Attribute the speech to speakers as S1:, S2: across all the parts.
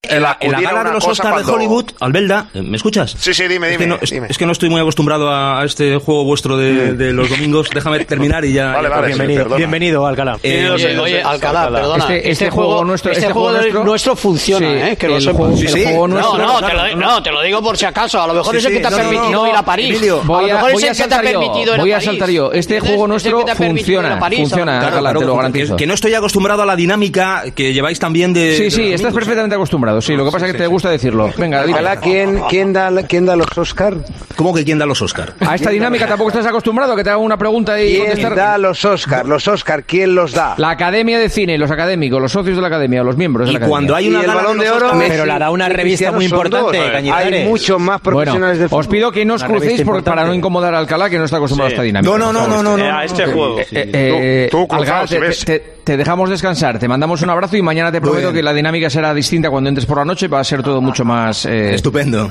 S1: En la, en la
S2: Acudir a
S1: gala
S2: una
S1: de los
S2: cosa
S1: Oscars de
S2: cuando-
S1: Hollywood, Albelda, eh, ¿me escuchas?
S2: Sí, sí, dime,
S1: Es que
S2: dime,
S1: no- es,
S2: dime.
S1: es que no estoy muy acostumbrado a, a este juego vuestro de, de los domingos. Déjame terminar y ya.
S2: Vale,
S1: ya-
S2: vale,
S3: Bienvenido,
S2: perdona.
S3: bienvenido Alcalá.
S1: Eh,
S4: Oye,
S1: oye,
S4: oye, Alcalá,
S3: Alcalá.
S4: perdona.
S5: Este- este juego nuestro-
S4: este,
S5: este
S4: juego,
S5: juego
S4: nuestro,
S5: nuestro-
S4: funciona,
S5: Sí,
S4: ¿eh? Que lo
S5: el
S4: sepas.
S5: juego-
S1: Sí,
S5: el
S1: sí.
S5: juego
S1: No,
S5: nuestro-
S4: no, no,
S1: claro,
S4: te lo,
S1: no,
S4: no, te lo digo por si acaso. A lo mejor
S1: Sí,
S4: es el
S1: sí,
S4: que te ha
S1: no, no, no.
S4: permitido ir a París.
S1: Emilio,
S4: a
S5: Voy
S4: lo
S5: a,
S4: mejor es
S5: voy a
S4: el que te ha
S5: saltar yo.
S4: permitido ir
S5: Voy a
S4: París.
S5: saltar yo. Este
S4: Es el
S5: juego
S4: que
S5: nuestro
S4: te ha permitido ir
S5: funciona.
S4: a París,
S5: funciona,
S4: Alcalá.
S1: Claro,
S5: Alcalá,
S1: claro,
S5: te lo
S1: que-
S5: garantizo.
S1: Que no estoy acostumbrado a la dinámica que lleváis también de.
S5: Sí, sí,
S1: de los
S5: estás
S1: domingos,
S5: perfectamente acostumbrado. Sí, lo que pasa es que te gusta decirlo. Venga, David.
S3: Alcalá, ¿quién, quién, da, quién da los Oscar?
S1: ¿eh? ¿Cómo que quién da los Oscar?
S5: A esta dinámica tampoco estás acostumbrado, que te haga una pregunta y
S3: ¿Quién da
S5: contestar.
S3: los Oscar? Los Oscar, ¿quién los da?
S5: La Academia de Cine, los académicos, los socios de la Academia, los miembros de
S1: Y
S5: Pues la Academia.
S1: cuando hay
S3: Y
S1: una
S3: el
S1: gala
S3: Balón
S1: los
S3: de Oro
S1: Oscar-
S3: Messi
S6: Pero la da una
S3: y
S6: revista
S3: Cristiano
S6: muy
S3: son
S6: importante,
S5: eh.
S3: dos. Hay
S6: Cañizares.
S3: muchos más profesionales
S5: bueno,
S3: de fútbol.
S5: Os pido que no os
S6: Una revista
S5: crucéis por- para
S6: importante.
S5: no incomodar a Alcalá, que no está acostumbrado a esta dinámica.
S1: No, no, no, no, no. no.
S7: a este juego.
S5: Eh, eh,
S2: Tú- tú cruzado,
S5: Alcalá,
S2: si
S5: te,
S2: ves.
S5: te- te dejamos descansar, te mandamos un abrazo y mañana te prometo
S1: bien.
S5: que la dinámica será distinta cuando entres por la noche, va a ser todo mucho más... eh,
S1: Estupendo.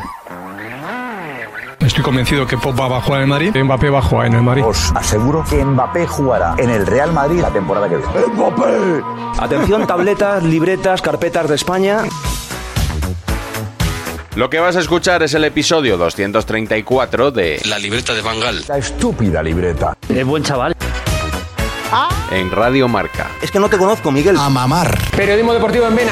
S8: Estoy convencido que Pogba va a jugar en el Madrid, que Mbappé va a jugar en el Madrid.
S9: Os aseguro que Mbappé jugará en el Real Madrid la temporada que viene.
S6: Atención, tabletas, libretas, carpetas de España.
S2: Lo que vas a escuchar es el episodio 234 de
S1: La libreta de Bangal.
S9: La estúpida libreta.
S6: Es buen chaval.
S2: En Radio Marca.
S1: Es que no te conozco, Miguel.
S5: Periodismo deportivo en Vena.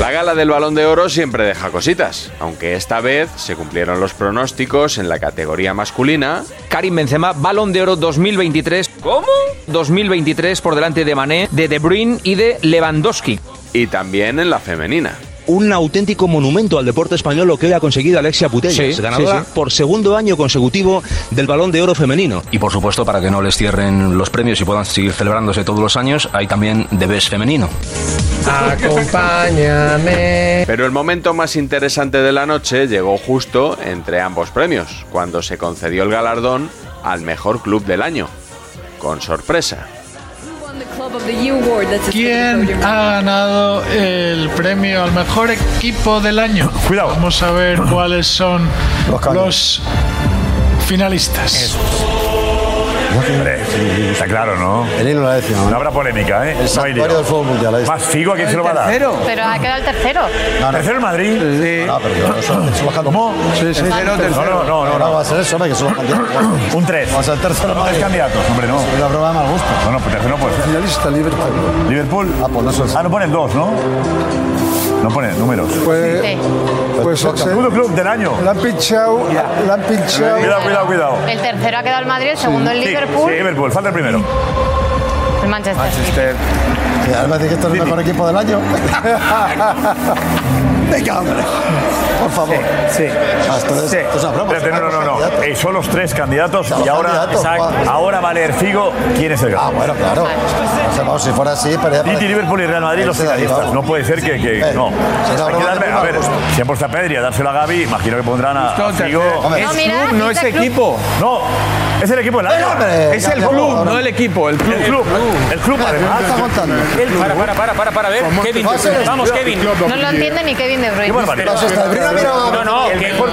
S2: La gala del Balón de Oro siempre deja cositas, aunque esta vez se cumplieron los pronósticos en la categoría masculina.
S5: Karim Benzema, Balón de Oro 2023. ¿Cómo? 2023 por delante de Mané, de De Bruyne y de Lewandowski.
S2: Y también en la femenina.
S1: Un auténtico monumento al deporte español lo que hoy ha conseguido Alexia Putellas,
S5: Sí,
S1: ganadora
S5: sí, sí.
S1: por segundo año consecutivo del Balón de Oro femenino. Y por supuesto, para que no les cierren los premios y puedan seguir celebrándose todos los años, hay también Debes femenino.
S5: Acompáñame.
S2: Pero el momento más interesante de la noche llegó justo entre ambos premios, cuando se concedió el galardón al mejor club del año. Con sorpresa.
S8: ¿Quién ha ganado el premio al mejor equipo del año? Cuidado. Vamos a ver cuáles son los finalistas.
S9: Está claro, ¿no? El himno la décima. No habrá polémica, ¿eh? El santuario del fútbol mundial. Más Figo, ¿a quién se lo va a dar? ¿Tercero?
S10: Pero ha quedado el tercero.
S9: ¿Tercero el Madrid? Sí. No, pero yo eso bajando. ¿Cómo? Sí, sí. Tercero, tercero. No, no, no. No va a ser eso, hombre, que son los candidatos. Un tres. Va a ser tercero el Madrid. candidatos, hombre, no. Es una broma de mal gusto. No, no, pues tercero pues. Finalista, Liverpool. Liverpool. Ah, pues no Ah, no ponen dos, ¿no? No pone números.
S10: Sí.
S9: Pues Segundo club del año. La han pinchado. La han pinchado. Cuidado, cuidado, cuidado.
S10: El tercero ha quedado el Madrid, el segundo el Liverpool,
S9: Liverpool, falta el primero.
S10: el Manchester.
S9: Además de Eh, que esto es el mejor equipo del año. Venga, hombre. Por favor. Sí. Ah, no, no, no. no. Eh, son los tres candidatos y ahora, Exacto. ahora va a leer Figo quién es el ganador. Ah, bueno, claro. si fuera así, City, Liverpool y Real Madrid los finalistas. No puede ser que. que- no. Hay que darle- a ver, si han puesto a Pedri a dárselo a Gaby, imagino que pondrán a, a Figo.
S10: No, mira, no es equipo.
S9: No, es el equipo del año. Es el club, no el equipo, el club. El club, el club además. El club.
S6: eh, Para, para, para, para, a ver. Kevin, vamos, Kevin.
S10: No lo entiende ni Kevin De
S9: Qué
S10: Bruyne.
S9: barbaridad.
S6: No, no,
S9: El
S6: que-
S9: mejor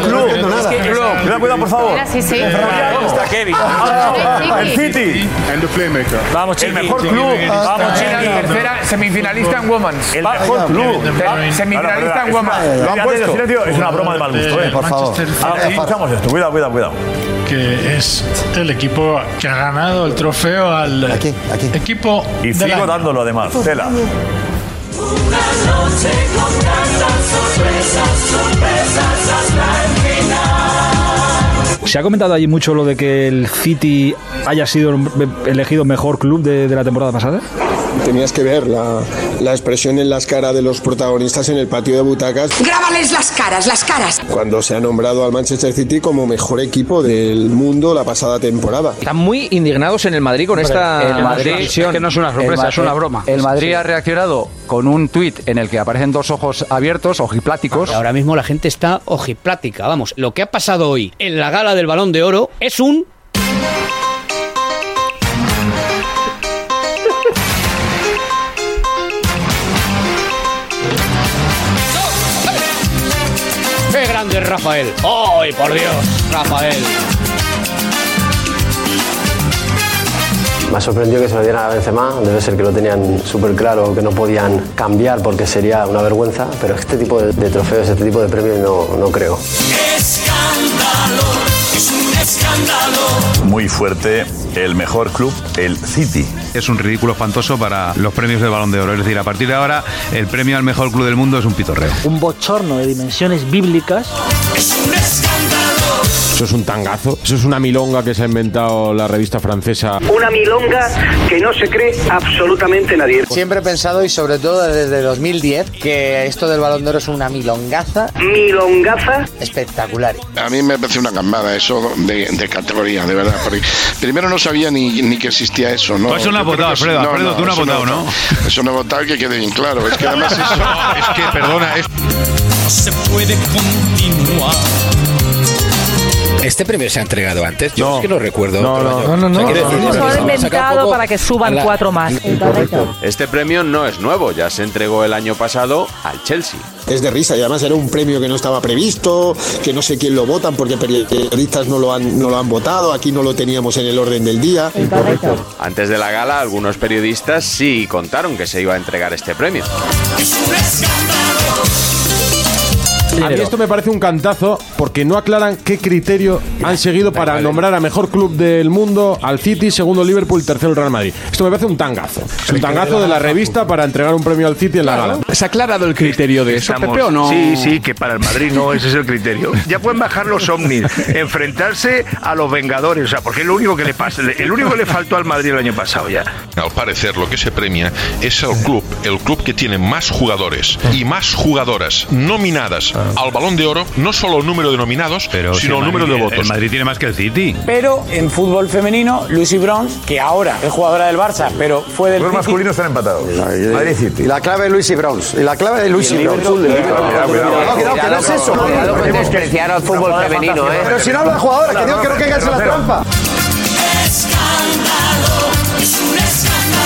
S9: cuidado, por favor.
S11: Mira, sí, sí.
S1: Eh,
S9: Está
S10: Kevin. ah,
S9: El City.
S10: Vamos, Chiqui.
S9: El mejor club.
S10: Vamos, Chiqui.
S12: Tercera semifinalista en Women's.
S9: El mejor club.
S12: Semifinalista en
S9: Ahora,
S12: Women's.
S9: Lo han puesto. Silencio, Es una broma de mal gusto, eh, por favor.
S13: Manchester City.
S9: Ahora, Escuchamos esto. Cuidado, cuidado, cuidado.
S13: que es el equipo que ha ganado el trofeo al eh, equipo
S9: Y
S13: del
S9: sigo
S13: año.
S9: dándolo además. Tela.
S1: Se ha comentado allí mucho lo de que el City haya sido eh, elegido mejor club de, de la temporada pasada.
S14: Tenías que ver la, la expresión en las caras de los protagonistas en el patio de butacas
S15: Grábales las caras, las caras.
S14: cuando se ha nombrado al Manchester City como mejor equipo del mundo la pasada temporada.
S16: Están muy indignados en el Madrid con esta
S6: el Madrid-
S16: decisión.
S6: que no es una sorpresa, es una broma. El Madrid ha reaccionado con un tuit en el que aparecen dos ojos abiertos, ojipláticos.
S5: Ahora mismo la gente está ojiplática. Vamos, lo que ha pasado hoy en la gala del Balón de Oro es un. ¡Qué grande es Rafael! ¡Ay, por Dios! Rafael.
S4: Me ha sorprendido que se lo dieran a Benzema, debe ser que lo tenían súper claro, que no podían cambiar porque sería una vergüenza, pero este tipo de, de trofeos, este tipo de premios no, no creo.
S17: Escándalo, es un escándalo.
S9: Muy fuerte. El mejor club, el City.
S18: Es un ridículo espantoso para los premios del Balón de Oro. Es decir, a partir de ahora, el premio al mejor club del mundo es un pitorreo.
S19: Un bochorno de dimensiones bíblicas.
S2: Eso es un tangazo. Eso es una milonga que se ha inventado la revista francesa.
S20: Una milonga que no se cree absolutamente nadie.
S21: Siempre he pensado, y sobre todo desde 2010, que esto del balón de oro es una milongaza. Milongaza. Espectacular.
S22: A mí me parece una gambada eso de, de categoría, de verdad. porque primero no sabía ni, ni que existía eso, ¿no?
S23: Pues
S18: Tú eso no has
S22: Yo creo
S18: votado,
S22: que eso-
S18: Alfredo, Alfredo, tú no has
S22: eso
S18: votado,
S22: he
S18: ¿no?
S22: votado. Eso no he votado, que quede bien claro. Es que además eso... es que, perdona, es...
S10: No se puede continuar.
S24: Este premio se ha entregado antes. Yo
S2: No.
S24: es que no recuerdo.
S2: No,
S24: otro
S2: no.
S24: año.
S2: No, no, no.
S24: O sea, quiero decir,
S25: No, no,
S24: vamos a sacar poco a la-
S25: más. Este premio no es nuevo, ya se entregó el año pasado al Chelsea.
S14: Es de risa y además era un premio que no estaba previsto, que no sé quién lo votan porque periodistas no lo han, no lo han votado, aquí no lo teníamos en el orden del día.
S25: Antes de la gala, algunos periodistas sí contaron que se iba a entregar este premio.
S2: A mí esto me parece un cantazo porque no aclaran qué criterio han seguido para nombrar a mejor club del mundo al City, segundo Liverpool, tercero Real Madrid. Esto me parece un tangazo. Es un tangazo de la revista para entregar un premio al City en la gala.
S6: ¿Se ha aclarado el criterio de eso, Pepe, o no?
S26: Sí, sí, que para el Madrid no, ese es el criterio. Ya pueden bajar los ovnis, enfrentarse a los Vengadores, o sea, porque es lo único que le pasa, el único que le faltó al Madrid el año pasado ya.
S27: Al parecer lo que se premia es el club, el club que tiene más jugadores y más jugadoras nominadas al Balón de Oro, no solo el número de nominados,
S18: Pero si
S27: sino el número de
S18: Madrid- El
S27: votos.
S18: Madrid tiene más que el City.
S6: Pero en fútbol femenino, Lucy Bronze, que ahora es jugadora del Barça, pero fue del.
S9: Los masculinos están empatados. Madrid City.
S21: Y la clave de Luis y Browns. Y la clave de Luis y Browns.
S9: Cuidado, cuidado.
S21: Cuidado, que no es eso.
S6: Cuidado con despreciar al fútbol femenino, ¿eh?
S21: Pero si no habla de jugadoras, que digo que no caigas en la trampa.
S10: Escándalo, es un escándalo.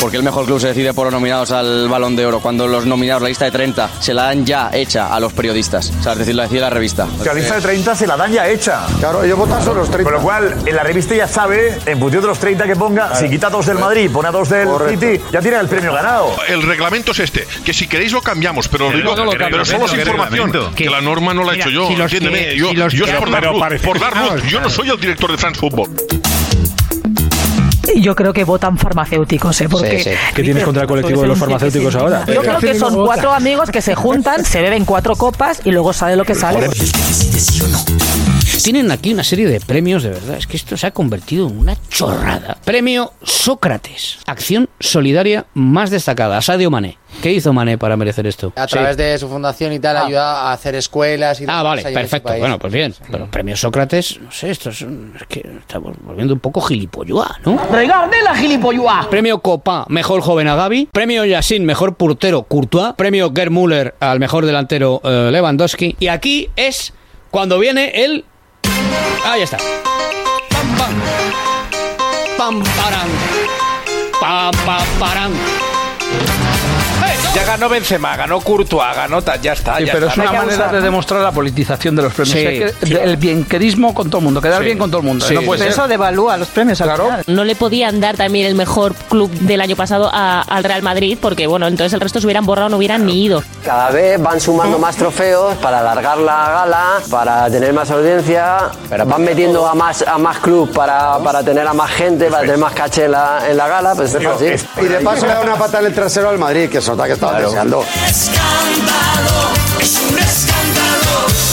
S6: ¿Por qué el mejor club se decide por los nominados al Balón de Oro cuando los nominados, la lista de 30, se la dan ya hecha a los periodistas? O sea, es decir, la decide la revista.
S9: Que la lista de 30 se la dan ya hecha. Claro, ellos votan solo los 30. Con lo cual, en la revista ya sabe, en función de los 30 que ponga, si quita dos del Madrid y pone a dos del City, ya tiene el premio ganado.
S27: El reglamento es este, que si queréis lo cambiamos, pero,
S9: Pero
S27: lo digo,
S9: no lo
S27: pero
S9: cambies,
S27: solo es
S9: reglamento,
S27: información,
S9: reglamento.
S27: que la norma no la he hecho yo,
S9: si los que-
S27: entiéndeme, yo,
S9: si los
S27: yo
S9: que-
S27: es por dar
S9: pero
S27: luz,
S9: parece-
S27: por dar luz,
S9: claro,
S27: yo no
S9: claro.
S27: soy el director de France Football.
S26: Yo creo que votan farmacéuticos, ¿eh? Porque Sí, sí.
S1: ¿Qué tienes contra el colectivo de los farmacéuticos ahora?
S26: Yo creo que son cuatro amigos que se juntan, se beben cuatro copas y luego sale lo que sale.
S5: Tienen aquí una serie de premios, de verdad. Es que esto se ha convertido en una chorrada. Premio Sócrates. Acción solidaria más destacada. Sadio Mané. ¿Qué hizo Mané para merecer esto?
S21: A
S5: Sí.
S21: través de su fundación y
S3: Ah.
S21: tal, ayuda a hacer escuelas y
S5: Ah,
S21: demás
S5: vale,
S21: allí en su
S5: perfecto.
S21: este país.
S5: Bueno, pues bien. Pero premio Sócrates, no sé, esto es, un- es que estamos volviendo un poco gilipolluá, ¿no?
S26: ¡Regarde la
S28: Ah.
S26: gilipollua!
S5: Premio Copa, mejor joven a Gaby. Premio Yassin, mejor portero Courtois. Premio Gerd Müller al mejor delantero eh, Lewandowski. Y aquí es cuando viene el. Ahí está. Pam, pam. Pam, param. Pam, pam, param. ¡Eh, no!
S28: Ya ganó Benzema, ganó Courtois, ganó tal, ya está.
S29: Sí,
S28: Ah, ya
S29: pero es
S28: está.
S29: una
S28: Hay que
S29: manera
S28: abusar.
S29: de demostrar la politización de los premios.
S28: Sí.
S29: Hay que-
S28: Sí.
S29: El bienquerismo con todo el mundo, quedar
S28: Sí.
S29: bien con todo el mundo.
S28: Sí,
S29: No puede
S28: sí.
S29: ser.
S28: Eso
S29: devalúa los premios al claro.
S30: No le podían dar también el mejor club del año pasado a- al Real Madrid porque, bueno, entonces el resto se hubieran borrado, no hubieran ni ido.
S4: Cada vez van sumando más trofeos para alargar la gala, para tener más audiencia, van metiendo a más a más club para, para tener a más gente, para tener más caché en la, en la gala, pues es
S3: Digo,
S4: así.
S3: es- Y de paso le da una patada en el trasero al Madrid, que se nota que estaba deseando.
S10: Es un escándalo.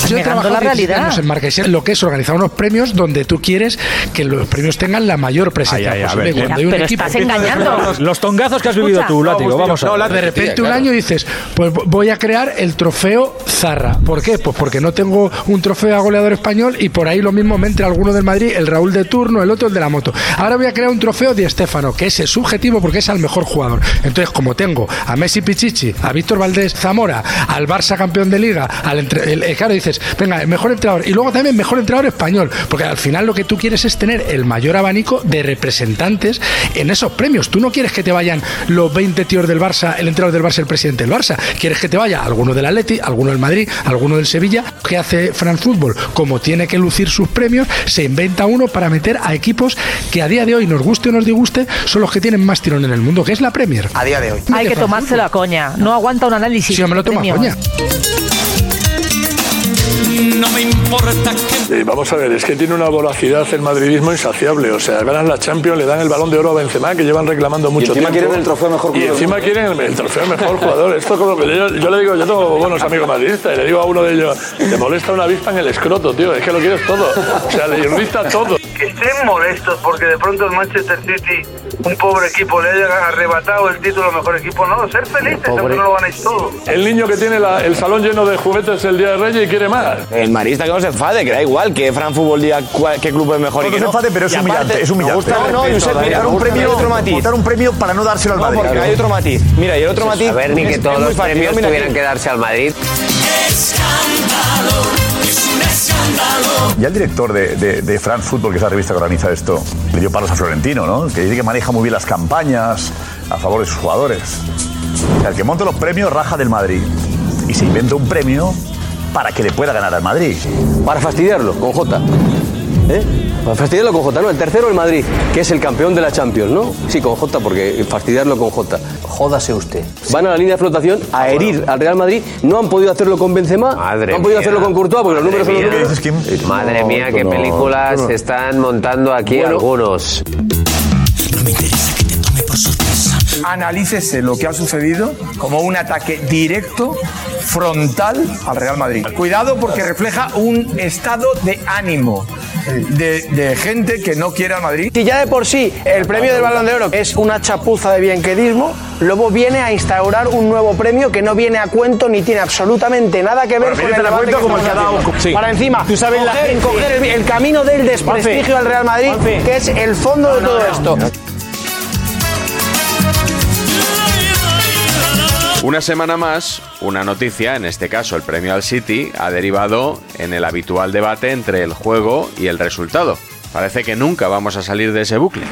S8: Yo he
S10: Negando
S8: trabajado
S10: la
S8: 17
S10: realidad.
S8: años en Marqueser, lo que es organizar unos premios donde tú quieres que los premios tengan la mayor presencia
S26: Ay, ay, a
S8: posible.
S26: ver,
S8: Cuando
S26: ya,
S8: hay un pero equipo- estás engañando.
S31: Los, los tongazos que has vivido tú, Látigo, vamos a ver.
S8: de repente un año dices, pues voy a crear el trofeo Zarra. ¿Por qué? Pues porque no tengo un trofeo a goleador español y por ahí lo mismo me entra alguno del Madrid, el Raúl de turno, el otro el de la moto. Ahora voy a crear un trofeo Di Stéfano, que ese es subjetivo porque es al mejor jugador. Entonces, como tengo a Messi Pichichi, a Víctor Valdés Zamora, al Barça campeón de liga, al entre- el- eh, claro, dices, venga, el mejor entrenador y luego también mejor entrenador español, porque al final lo que tú quieres es tener el mayor abanico de representantes en esos premios. Tú no quieres que te vayan los 20 tíos del Barça, el entrenador del Barça, el presidente del Barça. Quieres que te vaya alguno del Atleti, alguno del Madrid, alguno del Sevilla. ¿Qué hace France Football? Como tiene que lucir sus premios, se inventa uno para meter a equipos que a día de hoy, nos guste o nos disguste, son los que tienen más tirón en el mundo, que es la Premier. A día de hoy. Hay que tomárselo a coña. No aguanta un análisis. Sí, me lo tomo a premio. coña.
S10: No me importa que
S18: Eh, vamos a ver, es que tiene una voracidad el madridismo insaciable. O sea, ganan la Champions, le dan el balón de oro a Benzema, que llevan reclamando mucho
S32: encima
S18: tiempo.
S32: quieren el trofeo mejor
S18: Y
S32: jugador.
S18: encima quieren el, el trofeo mejor jugador. Esto como que yo, yo le digo, yo tengo buenos amigos madridistas, y le digo a uno de ellos, te molesta una avispa en el escroto, tío, es que lo quieres todo. O sea, le irrita todo.
S33: que estén molestos porque de pronto el Manchester City, un pobre equipo, le haya arrebatado el título al mejor equipo. No, ser felices, aunque no lo ganéis todo.
S18: El niño que tiene la- el salón lleno de juguetes el día de Reyes y quiere más.
S32: El marista que no se enfade, que da igual que Fran Fútbol diga cuál- qué club es mejor
S9: No,
S32: y
S9: no
S32: que
S9: se
S32: no.
S9: enfade, pero es
S32: Y
S9: humillante, es humillante.
S32: me gusta el
S9: No, no,
S32: respeto,
S9: Josep,
S32: David,
S9: dar
S32: me
S9: un
S32: gusta
S9: premio-
S32: otro matiz.
S9: votar un premio para no dárselo al
S32: No,
S9: Madrid.
S32: porque
S9: Claro.
S32: hay otro matiz. Mira, y el otro matiz.
S9: A ver, ni que todos los premios tuvieran que
S32: darse al Madrid.
S10: escándalo. Es un escándalo.
S9: Ya el director de, de, de France Football, que es la revista que organiza esto, le dio palos a Florentino, ¿no? Que dice que maneja muy bien las campañas a favor de sus jugadores. O sea, el que monta los premios raja del Madrid y se inventa un premio para que le pueda ganar al Madrid.
S32: Para fastidiarlo, con J. ¿Eh? Para fastidiarlo con J, ¿no? El tercero, el Madrid, que es el campeón de la Champions, ¿no? Sí, con J, porque fastidiarlo con J. Jódase usted. Van a la línea de flotación a herir al Real Madrid. No han podido hacerlo con Benzema, no han podido
S33: mía.
S32: hacerlo con Courtois, porque los números son los números.
S33: Madre mía, qué películas se están montando aquí algunos.
S34: Analícese lo que ha sucedido como un ataque directo, frontal al Real Madrid. Cuidado porque refleja un estado de ánimo de, de gente que no quiere al Madrid.
S35: Si ya de por sí el premio del Balón de Oro es una chapuza de bienquerismo, luego viene a instaurar un nuevo premio que no viene a cuento ni tiene absolutamente nada que ver
S9: Bueno,
S35: con
S9: viene
S35: el
S9: a
S32: cuento debate que como el estamos que ha dado. haciendo. Sí.
S35: Para encima,
S32: Tú sabes la
S35: coger,
S32: gente-
S35: coger el, el camino del desprestigio al Real Madrid,
S32: Juanfe.
S35: que es el fondo de todo esto.
S2: Una semana más, una noticia, en este caso el premio al City, ha derivado en el habitual debate entre el juego y el resultado. Parece que nunca vamos a salir de ese bucle.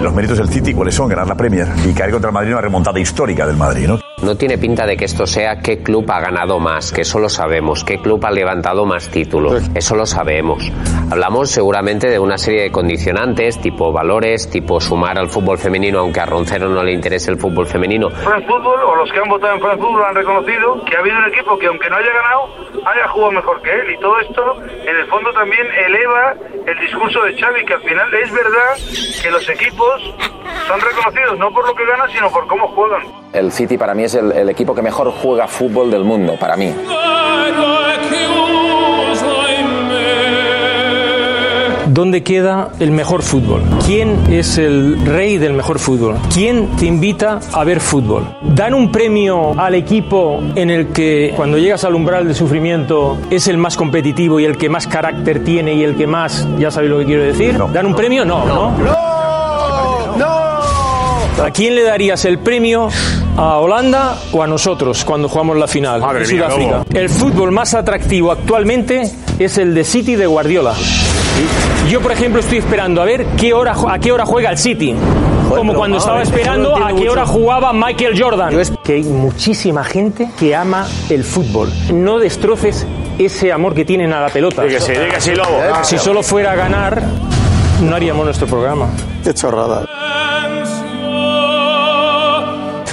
S9: Los méritos del City, ¿cuáles son? Ganar la Premier y caer contra el Madrid en una remontada histórica del Madrid, ¿no?
S33: No tiene pinta de que esto sea qué club ha ganado más, que eso lo sabemos, qué club ha levantado más títulos, eso lo sabemos. Hablamos seguramente de una serie de condicionantes, tipo valores, tipo sumar al fútbol femenino, aunque a Roncero no le interese el fútbol femenino, France Football o los que han votado en France Football han reconocido que ha habido un equipo que aunque no haya ganado, haya jugado mejor que él y todo esto en el fondo también eleva el discurso de Xavi que al final es verdad que los equipos son reconocidos no por lo que ganan sino por cómo juegan.
S36: El City para mí es el, el equipo que mejor juega fútbol del mundo, para mí.
S1: ¿Dónde queda el mejor fútbol? ¿Quién es el rey del mejor fútbol? ¿Quién te invita a ver fútbol? ¿Dan un premio al equipo en el que cuando llegas al umbral del sufrimiento es el más competitivo y el que más carácter tiene y el que más, ya sabéis lo que quiero decir? ¿Dan un premio? No, ¿no? ¿A quién le darías el premio? ¿A Holanda o a nosotros cuando jugamos la final
S26: Madre
S1: en
S26: mía,
S1: Sudáfrica?
S26: Lobo.
S1: El fútbol más atractivo actualmente es el de City de Guardiola. Yo, por ejemplo, estoy esperando a ver qué hora, ju- a qué hora juega el City. Como
S37: pero
S1: cuando
S37: vamos
S1: estaba
S37: a ver, eso
S1: esperando
S37: no
S1: a
S37: entiendo
S1: qué hora
S37: mucho.
S1: jugaba Michael Jordan.
S37: Yo es que hay muchísima gente que ama el fútbol. No destroces ese amor que tienen a la pelota.
S18: Dígase, dígase, Lobo.
S1: Si solo fuera a ganar, no haríamos nuestro programa.
S6: Qué chorrada.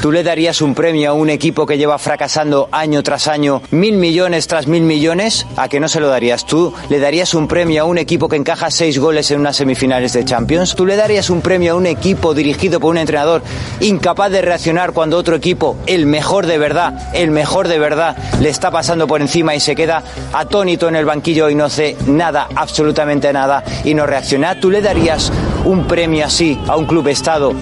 S6: ¿Tú le darías un premio a un equipo que lleva fracasando año tras año, mil millones tras mil millones? ¿A que no se lo darías? ¿Tú le darías un premio a un equipo que encaja seis goles en unas semifinales de Champions? ¿Tú le darías un premio a un equipo dirigido por un entrenador incapaz de reaccionar cuando otro equipo, el mejor de verdad, el mejor de verdad, le está pasando por encima y se queda atónito en el banquillo y no hace nada, absolutamente nada, y no reacciona? ¿Tú le darías un premio así a un club Estado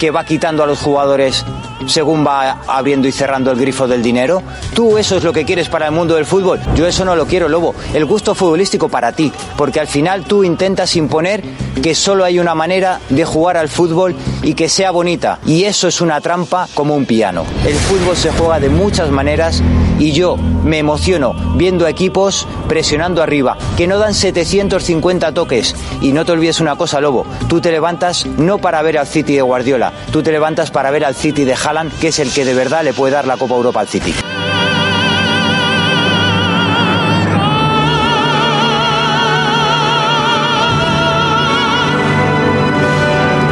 S6: que va quitando a los jugadores según va abriendo y cerrando el grifo del dinero? ¿Tú eso es lo que quieres para el mundo del fútbol? Yo eso no lo quiero, Lobo. El gusto futbolístico para ti, porque al final tú intentas imponer que solo hay una manera de jugar al fútbol y que sea bonita. Y eso es una trampa como un piano. El fútbol se juega de muchas maneras y yo me emociono viendo a equipos presionando arriba, que no dan 750 toques. Y no te olvides una cosa, Lobo, tú te levantas no para ver al City de Guardiola, tú te levantas para ver al City de Haaland, que es el que de verdad le puede dar la Copa Europa al City.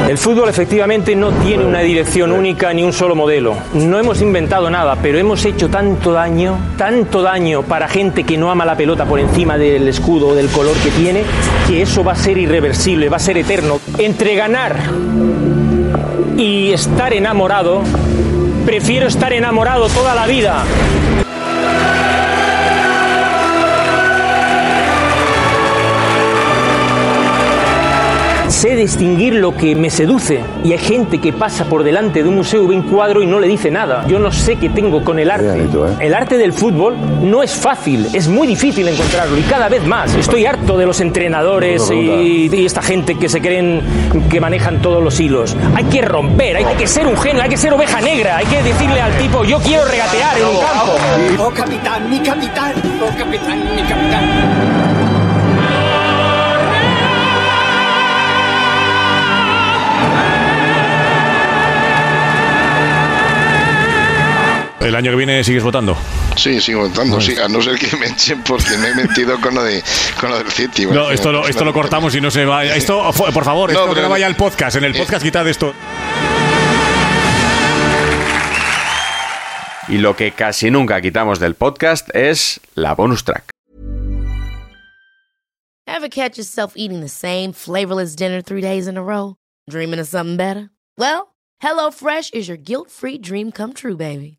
S1: El fútbol efectivamente no tiene una dirección única ni un solo modelo. No hemos inventado nada, pero hemos hecho tanto daño, tanto daño para gente que no ama la pelota por encima del escudo o del color que tiene, que eso va a ser irreversible, va a ser eterno. Entre ganar y estar enamorado, prefiero estar enamorado toda la vida. Sé distinguir lo que me seduce y hay gente que pasa por delante de un museo y ve un cuadro y no le dice nada. Yo no sé qué tengo con el arte. El arte del fútbol no es fácil, es muy difícil encontrarlo y cada vez más. Estoy harto de los entrenadores y, y esta gente que se creen que manejan todos los hilos. Hay que romper, hay que ser un genio, hay que ser oveja negra, hay que decirle al tipo yo quiero regatear en un campo.
S38: Oh capitán, mi capitán, oh capitán, mi capitán.
S23: El año que viene sigues votando.
S39: Sí, sigo
S22: pues
S39: votando, sí, a no ser que me echen porque me he mentido con lo, de, con lo del City.
S23: No, esto lo, esto lo cortamos y no se va. Esto, fu- por favor,
S39: No,
S23: esto que
S39: pero-
S23: no vaya al podcast. En el podcast quitad esto.
S2: Y lo que casi nunca quitamos del podcast es la bonus track.
S40: Ever catch yourself eating the same flavorless dinner three days in a row? Dreaming of something better? Well, HelloFresh is your guilt-free dream come true, baby.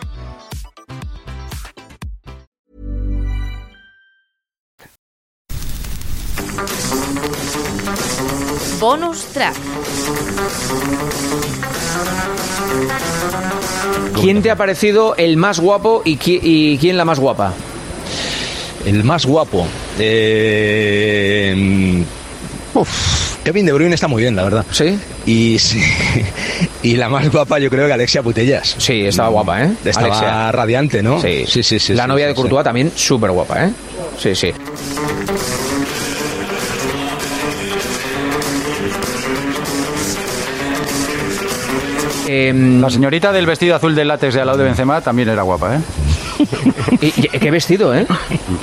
S41: Bonus track.
S5: ¿Quién te ha parecido el más guapo y, qui- y quién la más guapa?
S42: El más guapo. Eh, uf, Kevin De Bruyne está muy bien, la verdad. Sí. Y, sí, y la más guapa, yo creo que Alexia Putellas. Sí, estaba guapa, ¿eh? Estaba
S5: Alexia.
S42: radiante, ¿no? Sí, sí, sí.
S5: la
S42: sí,
S5: novia
S42: sí,
S5: de
S42: sí.
S5: Courtois también súper guapa, ¿eh? Sí, sí. Em,
S22: La señorita del vestido azul del látex de al lado de Benzema también era guapa, ¿eh?
S5: qué vestido, ¿eh?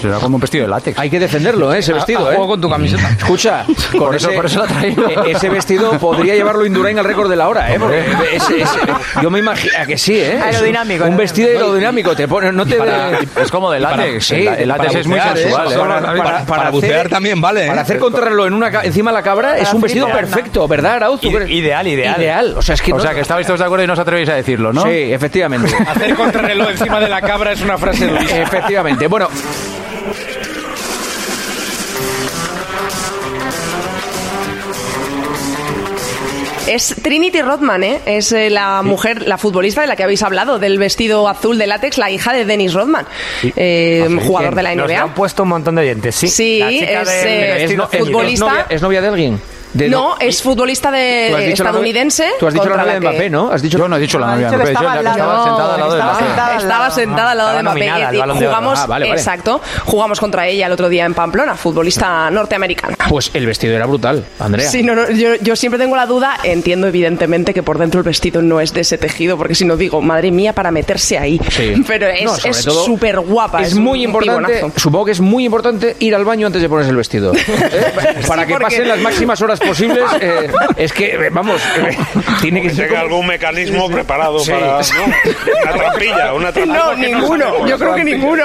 S22: Era como un vestido de látex.
S5: Hay que defenderlo, ¿eh? Ese
S22: A-
S5: vestido,
S22: a
S5: ¿eh?
S22: juego con tu camiseta.
S5: Escucha, con
S22: Por eso-
S5: ese,
S22: por eso la traigo.
S5: e- Ese vestido podría llevarlo Indurain al récord de la hora, ¿eh? Porque ese- ese- yo me imagino que sí, ¿eh?
S22: Aerodinámico,
S5: Un vestido aerodinámico, te pone, no te
S22: para- es como de
S5: y para-
S22: látex, el la- el látex es muy
S5: bucear, ¿eh?
S22: sensual, ¿eh?
S5: Para,
S22: Para- para
S42: bucear también vale, ¿eh?
S5: Para hacer contrarreloj en una ca- encima de la cabra es un vestido perfecto, ¿verdad, Arauzo?
S22: Ideal, ideal.
S5: Ideal, o sea, es que no-
S22: que estabais todos de acuerdo y no os atrevéis a decirlo, ¿no?
S5: Sí, efectivamente.
S22: Hacer
S28: contrarreloj encima de la cabra es una frase durísima.
S5: Efectivamente. Bueno,
S38: Es Trinity Rodman, ¿eh? Es eh, la mujer, la futbolista de la que habéis hablado, del vestido azul de látex, la hija de Dennis Rodman, eh,
S5: Ah,
S38: jugador de la
S43: Nos le han
S38: NBA.
S43: puesto un montón de oyentes, sí.
S38: Sí,
S43: La chica
S38: es,
S43: del
S38: eh,
S43: vestido
S38: es no-
S43: ceñido.
S38: futbolista.
S5: ¿Es novia, es novia de alguien? De-
S38: No, es futbolista de-
S5: Tú has dicho la novia-
S38: estadounidense.
S5: Tú has dicho la novia
S38: contra
S5: de
S38: que-
S5: Mbappé, ¿no? Has dicho... Yo no he dicho la novia
S38: de Mbappé, estaba yo la que al lado. estaba sentada al lado de Estaba Mbappé. sentada al Estaba lado. sentada al lado de
S43: Estaba
S38: Mbappé.
S43: nominada al
S38: y
S43: Balón de Oro.
S38: jugamos,
S43: Ah, vale, vale.
S38: exacto, jugamos contra ella el otro día en Pamplona, futbolista norteamericana.
S5: Pues el vestido era brutal, Andrea.
S38: Sí, no, no, yo, yo siempre tengo la duda. Entiendo, evidentemente, que por dentro el vestido no es de ese tejido, porque si no digo, madre mía, para meterse ahí.
S5: Sí.
S38: Pero
S5: No,
S38: es
S5: sobre todo,
S38: súper guapa.
S5: Es muy importante, supongo que es muy importante ir al baño antes de ponerse el vestido. ¿eh? Para que
S38: porque-
S5: pasen las máximas horas posibles. eh, es que, eh, vamos, eh, tiene que ser.
S18: Tenga algún mecanismo preparado
S5: Sí.
S18: para. ¿no? Una trampilla, una trampilla.
S38: No,
S18: Algo que
S38: ninguno.
S18: sabemos.
S38: yo creo que ninguno.